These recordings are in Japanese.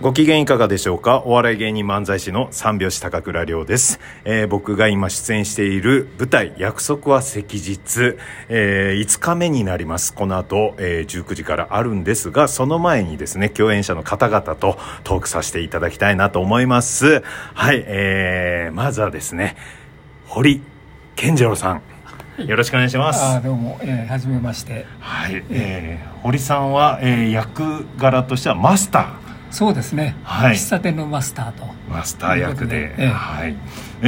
ご機嫌いかがでしょうかお笑い芸人漫才師の三拍子高倉涼です、えー僕が今出演している舞台「約束は赤日」えー5日目になりますこの後、えー19時からあるんですがその前にですね共演者の方々とトークさせていただきたいなと思いますはい、えー、まずはですね堀健次郎さんよろしくお願いしますあーどうも、えー、はじめましてはい、えー、堀さんは、えー役柄としてはマスターそうですね、はい喫茶店のマスターとマスター役で、ええはいえ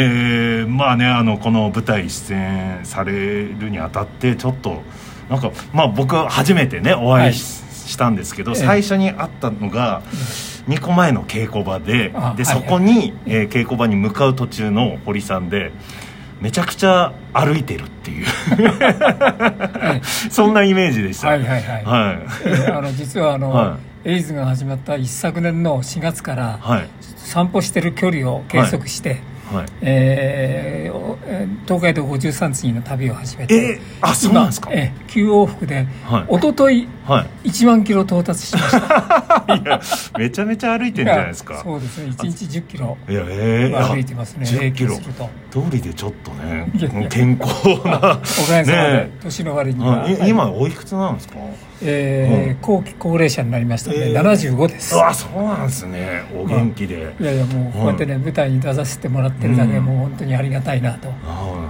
ーまあねあのこの舞台出演されるにあたってちょっとなんかまあ僕は初めてねおは会いいし,、たんですけどええ最初に会ったのが2個前の稽古場であではいそこに、えー稽古場に向かう途中の堀さんでめちゃくちゃ歩いてるっていうは いそんなイメージでした。はいはいはい、はいえーあの実はあの、はエイズが始まった一昨年の4月からはい散歩してる距離を計測して、はいえーおえー東海道53次の旅を始めえてあそうなんですか、今えー9往復で、はいおとといはい1万キロ到達しましたいやめちゃめちゃ歩いてんじゃないですか そうですね1日1 0キロいやえー、歩いてますねあ10平キ均ロすると通りでちょっとねいやいや健康 なおかげさまで、ね年の割えには、うんい今おいくつなんですかえー後期高齢者になりましたので、えー75ですうわそうなんですねお元気で、いやいやもうこうやってね、舞台に出させてもらってるだけでもう本当にありがたいなとは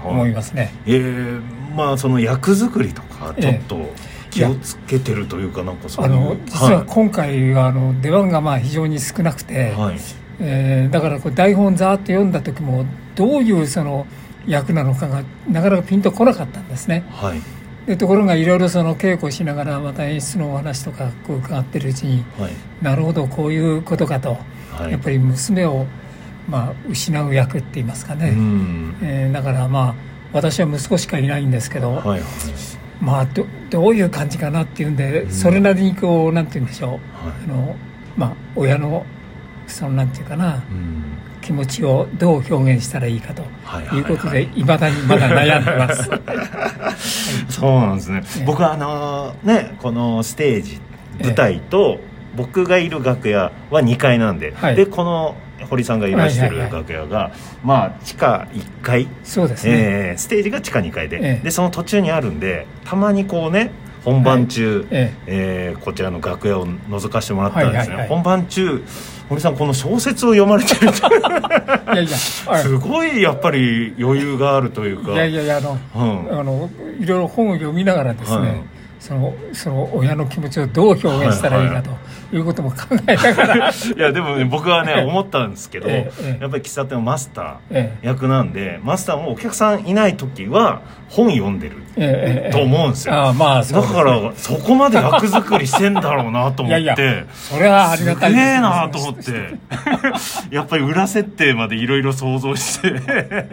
い思はいいますね、えー、まあその役作りとかちょっと気をつけてるというかなんかそうあいうの実は今回はあの出番がまあ非常に少なくて、はい、はいえーだからこう台本ざーっと読んだ時もどういうその役なのかがなかなかピンとこなかったんですねはいでところがいろいろその稽古しながらまた演出のお話とかこう伺ってるうちにはいなるほどこういうことかと、はいやっぱり娘を、まあ、失う役って言いますかね、うんえーだからまあ私は息子しかいないんですけど、はいはいまあどどういう感じかなっていうんで、んそれなりにこうなんて言うんでしょはうあいのまあ親のそのなんていうかなうん気持ちをどう表現したらいいかとはいいうことはいで、はいまだにまだ悩んでます。 そうなんですね、ええ僕はあのねこのステージええ舞台と僕がいる楽屋は2階なんで、はいでこの堀さんがいらしてるはいはいはい楽屋が、まあ地下1階、そうですね。えーステージが地下2階で、ええでその途中にあるんでたまにこうね本番中、ええーこちらの楽屋を覗かせてもらったんですね、はいはいはい本番中堀さんこの小説を読まれてる って えいやいや、あすごいやっぱり余裕があるというかいやいやいやあの。うん、あのいろいろ本を読みながらですね、はいそのその親の気持ちをどう表現したらいいかということも考えなが ら、いやでもね僕はね思ったんですけど、ええええやっぱり喫茶店のマスタえー役なんでマスターもお客さんいない時は本読んでるえええと思うんですよ、ああまあそうだですねからそこまで役作りしてんだろうなと思っていやいやそれ はありがたいすげですねえなと思って やっぱり裏設定までいろいろ想像してまあ、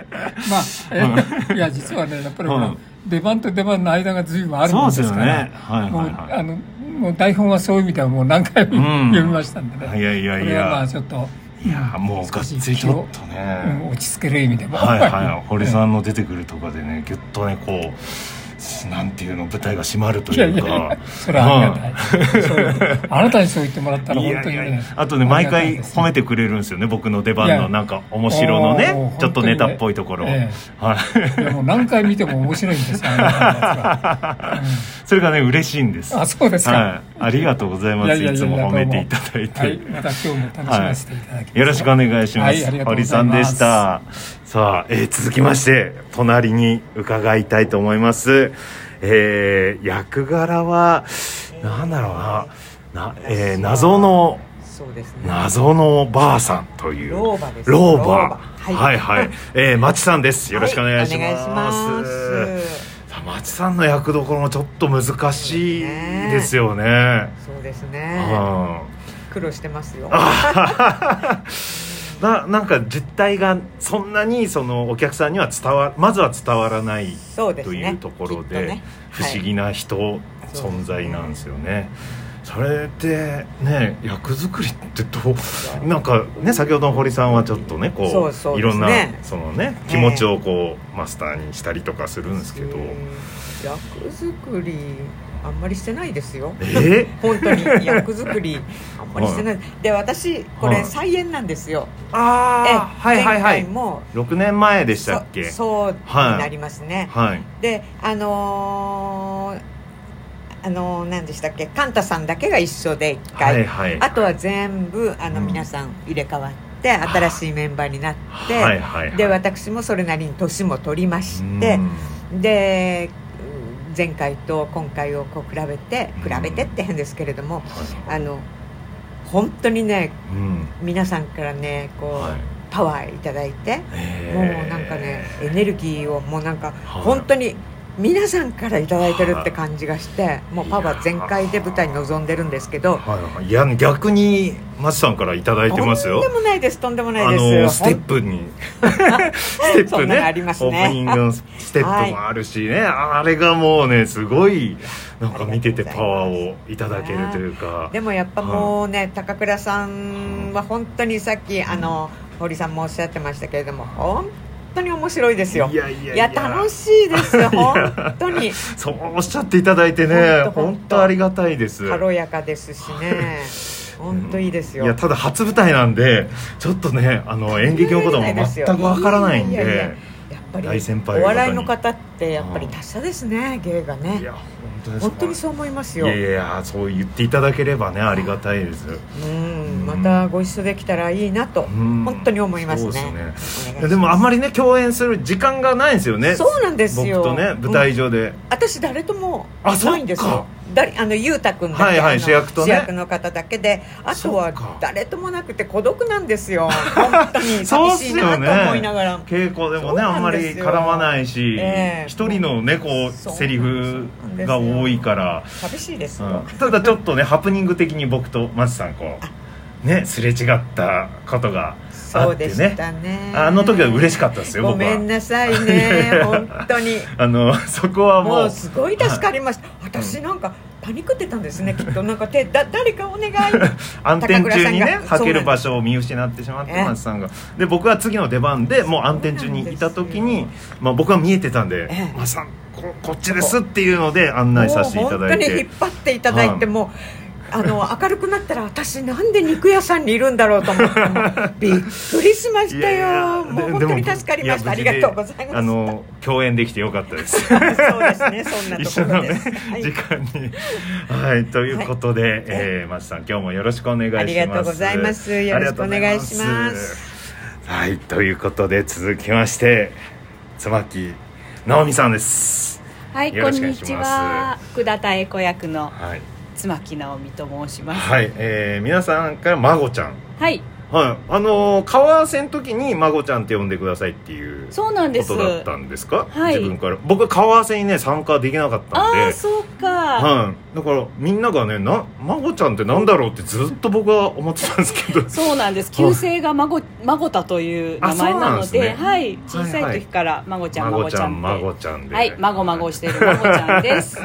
えいや実はねやっぱりほら、うん出番と出番の間が随分あるもんですかそうらですよねはいもはういはいあのもう台本はそういう意味ではもう何回もうん読みましたんでね、いやいやいやこれはまあちょっといやもうがっつりちょっとね、うん落ち着ける意味でもはい はい堀さんの出てくるとかでねぎゅっとねこうなんていうの舞台が締まるといやいいうやいかやそれはありがたい、そういうあなたにそう言ってもらったらい本や当いにねやいやあとね毎回褒めてくれるんですよね僕の出番いのやなんか面白のねおーちょっと本当にねネタっぽいところを、えはい いやもう何回見ても面白いんですよあのやそれがね嬉しいんでつすはあそうですか、はい、ありがとうござい ますいつも褒めていただいて、はい、また今日も楽しませていただきます、よろしくお願いしまはいす,、ありがとうご堀ざさいんまですしたさあ、えー続きまして隣に伺いたいと思いますえー役柄はなんだろうなな、えー謎のそうですね。謎のばあさんという老婆です老婆老婆ははいいはい、えー、町さんですよろしくお願いしはます,、お願いしますさあ町さんの役どころもちょっと難しいですよねそうですうね。ん苦労してますよ。ななんか実態がそんなにそのお客さんには伝わまずは伝わらないそうですとね。いうところきっで、ね不思。議な人、存在なんですよね。それでね役作りってどうなんかね先ほどの堀さんはちょっとねこうそうそういでろすんなねそのね気持ちをこう、マスターにしたりとかするんですけど、役作りあんまりしてないですよえー、 本当に役作りあんまりしてない、で私こはれい再演なんですよ、あえあはいはいは前い回も6年前でしたっけそそうにはいなりますね、はいであのーあのー何でしたっけカンタさんだけが一緒で1回、はいはいあとは全部あのうん皆さん入れ替わって新しいメンバーになって、はいはいはいで私もそれなりに年も取りまして、でうん前回と今回をこう比べてうん比べてって変ですけれども、あの本当にねうん、うん皆さんからねこう、はいパワーいただいて、えもうーなんかねエネルギーをもうなんかはい本当に皆さんから頂だいてるって感じがしてもうパワー全開で舞台に臨んでるんですけどはいはいいや逆にマスさんから頂いただいてますよとんでもないですとんでもないあですのスほんテップにステッそプんなねのありますねオープニングのステップもあるしね、あれがもうねすごいなんか見ててパワーをいただけるというかでもやっぱもうね高倉さんは本当にさっきあの堀さんもおっしゃってましたけれども本当に面白いですよいやいやいや楽しいですよ本当にそうおっしゃっていただいてねほんとほんと本当ありがたいです軽やかですしね本当いいですよいやただ初舞台なんでちょっとねあの演劇のことも全くわからないんでいやいやいややっぱり大先輩方にお笑いの方ってやっぱり達者ですね芸がいねや本当です本当にそう思いますいよやいやいやそう言っていただければねありがたいですうんまたご一緒できたらいいなとうん本当に思いますそうでねすお願いしまねすでもあんまりね共演する時間がないんですよねそうなんですよ僕とね舞台上で、私誰ともあそっかないんですよ誰あの裕太君だけ、はいはいあの主役とね主役の方だけであとそっはか誰ともなくて孤独なんですよ本当 にそうっ寂すしいなよねと思いながら、稽古でもねあそうんなまんりですよ絡まないし一、ええ人のねこうそうセリフが多いから、寂しいですよ、うん、ただちょっとね ハプニング的に僕と松さんこうねすれ違ったことがあそうってでしねたねあの時は嬉しいかったですよご僕めはんなさいいや いねや本当にあのそこはももううすごい助かりました、私なんかパニックってたんですねきっとなんか手だ誰かお願い暗転中にね高倉さんがかける場所を見失ってしまってええ松さんがで僕は次の出番でもう暗転中にいた時に、まあ、僕は見えてたんでええ「松さんここっちです」っていうので案内させていただいもう本当にて引っ張っていただいてもうあの明るくなったら私なんで肉屋さんにいるんだろうと思ってもうびっくりしましたよもう本当に助かりましたありがとうございますあの共演できてよかったです そうですねそんな 一と緒このろでねす、はい時間にはいということで、えー、松さん今日もよろしくお願いしますありがとうございますよろしくお願いしますありがとうございますはいということで続きまして椿直美さんですはい、よろこんしくお願いにしちまは。福田妙子役のはい、椿直美と申します。はいえー、皆さんから孫ちゃんはい、はいあのー顔合わせの時に孫ちゃんって呼んでくださいっていうそうなんでことす。だったんですか、はい自分から僕は顔合わせにね参加できなかったんでああ、そうか。はい、だからみんながねな孫ちゃんってなんだろうってずっと僕は思ってたんですけ どそうなんです。はい旧姓が孫孫田という名前あなそのうなんで、ですねはい、小さい時から孫ちゃん、孫孫ちちゃゃんん孫っちゃんて。ではい、孫孫してる孫ちゃん です。よ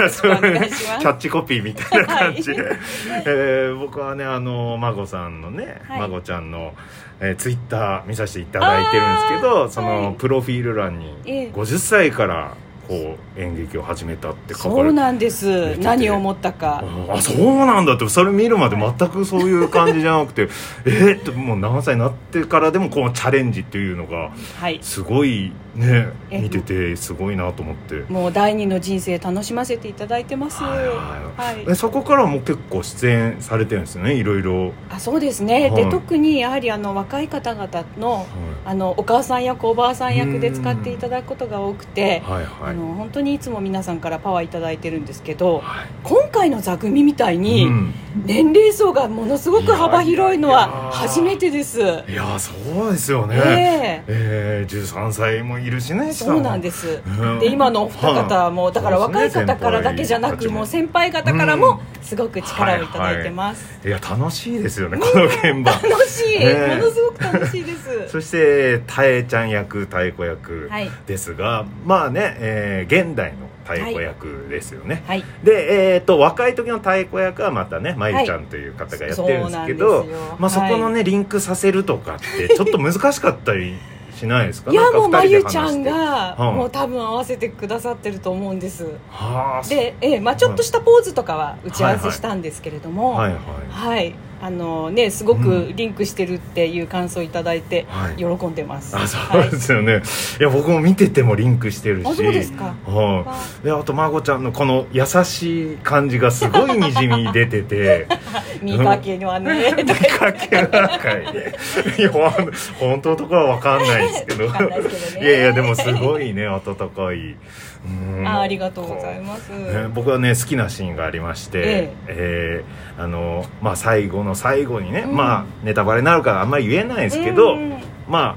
ろしくお願いしキャまッチコピーみたいな感じで、 えー僕はねあの孫さんのね、はい孫ちゃんの、えーツイッター見させていただいてるんですけどあーその、はいプロフィール欄にええ50歳からこう演劇を始めたってす。書かそれうてなんで見ててす。何を思ったか。あそうなんだってそれ見るまで全くそういう感じじゃなくて えっってもう何歳になってからでもこのチャレンジっていうのがはい。すごいねえ見ててすごいなと思って、もう第二の人生楽しませていただいてます。はいはいはいえそこからも結構出演されてるんですよねいろいろ、あそうですね、はでい特にやはりあの若い方々のあのお母さん役おばあさん役で使っていただくことが多くて、はい、はいあはいの本当にいつも皆さんからパワーいただいてるんですけはどい今回の座組みたいにうん年齢層がものすごく幅広いのいやいやは初めてです。いやそうですよね、えええー13歳もいるしねそうなんでですうんで今のお二方もいだから若いそうです方ねからだけじゃな先輩たくちももう先輩方からもすごく力をいただいてますいや楽しいですよねこの現場 楽しいねえものすごく楽しいですそしてたえちゃん役太鼓役はいですが、まあね、えー現代の太鼓役ですよね、はいで、えー、と若い時の太鼓役はまたねまゆちゃんという方がやってるんですけど、そうなんですよまあ、そこのね、はリンクさせるとか ってちょっと難しかったりしないですかいやなんかもうま二人ゆで話してちゃんがうんもう多分合わせてくださってると思うんですはあで、ええまあ、ちょっとしたポーズとかは打ち合わせしたんですけれどもはいはい、はいあのねすごうくリンクしてるっていう感想いただいてはい喜んでます、あそうですよね、い、や僕も見ててもリンクしてるしあそうですかはい、わであと孫ちゃんのこの優しい感じがすごいにじみ出て て見かけにはね見かけなんかいやほん本当のところは分かんないですけどわかんないですけどねいやいやでもすごいね温かいうんあありがとうございます、ね僕はね好きなシーンがありまして、えーあのまあ、最後の最後にね、うんまあ、ネタバレになるからあんまり言えないですけど、うんまあ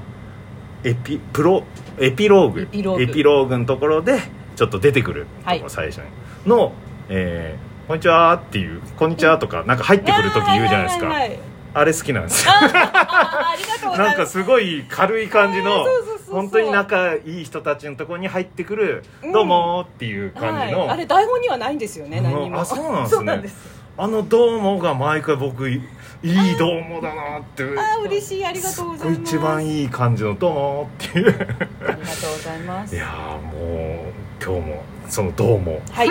エピプロエピローグエピローグのところでちょっと出てくる、はい最初にの、えーこんにちは」っていう「こんにちは」とかなんか入ってくる時言うじゃないですか、ははいはいはいあれ好きなんですよあありがとうございなまんすかすごい軽い感じのそうそうそうそう本当に仲いい人たちのところに入ってくる「うんどうも」っていう感じの、はい、あれ台本にはないんですよね何うにんもあそうなんですねそうなんですあの「どうも」が毎回僕いいい「どうも」だなってあー嬉しいありがとうございます一番いいい感じの「どうも」っていうありがとうございまいすやーもう今日もその「どうもはい」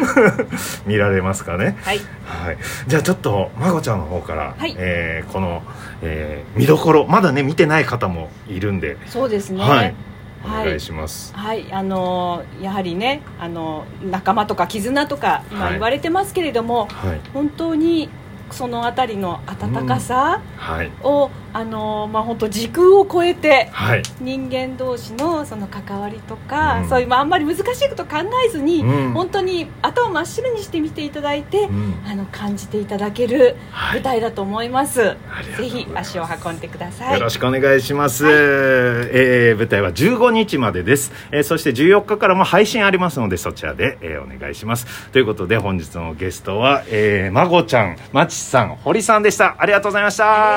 見られますかねはいはいじゃあちょっとまごちゃんの方から、はいえーこの、えー見どころまだね見てない方もいるんで、そうですねはいおはい願いします、はい、あのーやはりね、あのー仲間とか絆とかは今い言われてますけれども、はい本当にそのあたりの温かさはいを、あのーまあ本当時空を超えてはい、人間同士のその関わりとか、うんそういうまああんまり難しいこと考えずに、うん本当に頭を真っ白にして見ていただいて、うんあの感じていただけるはい舞台だと思います。ありがとうございぜひます足を運んでくださよい。ろしくお願いします、えー舞台は15日までです、えーそして14日からも配信ありますのでそちらで、えーお願いしますということで本日のゲストは、えー、まごちゃんまちさん堀さんでしたありがとうございました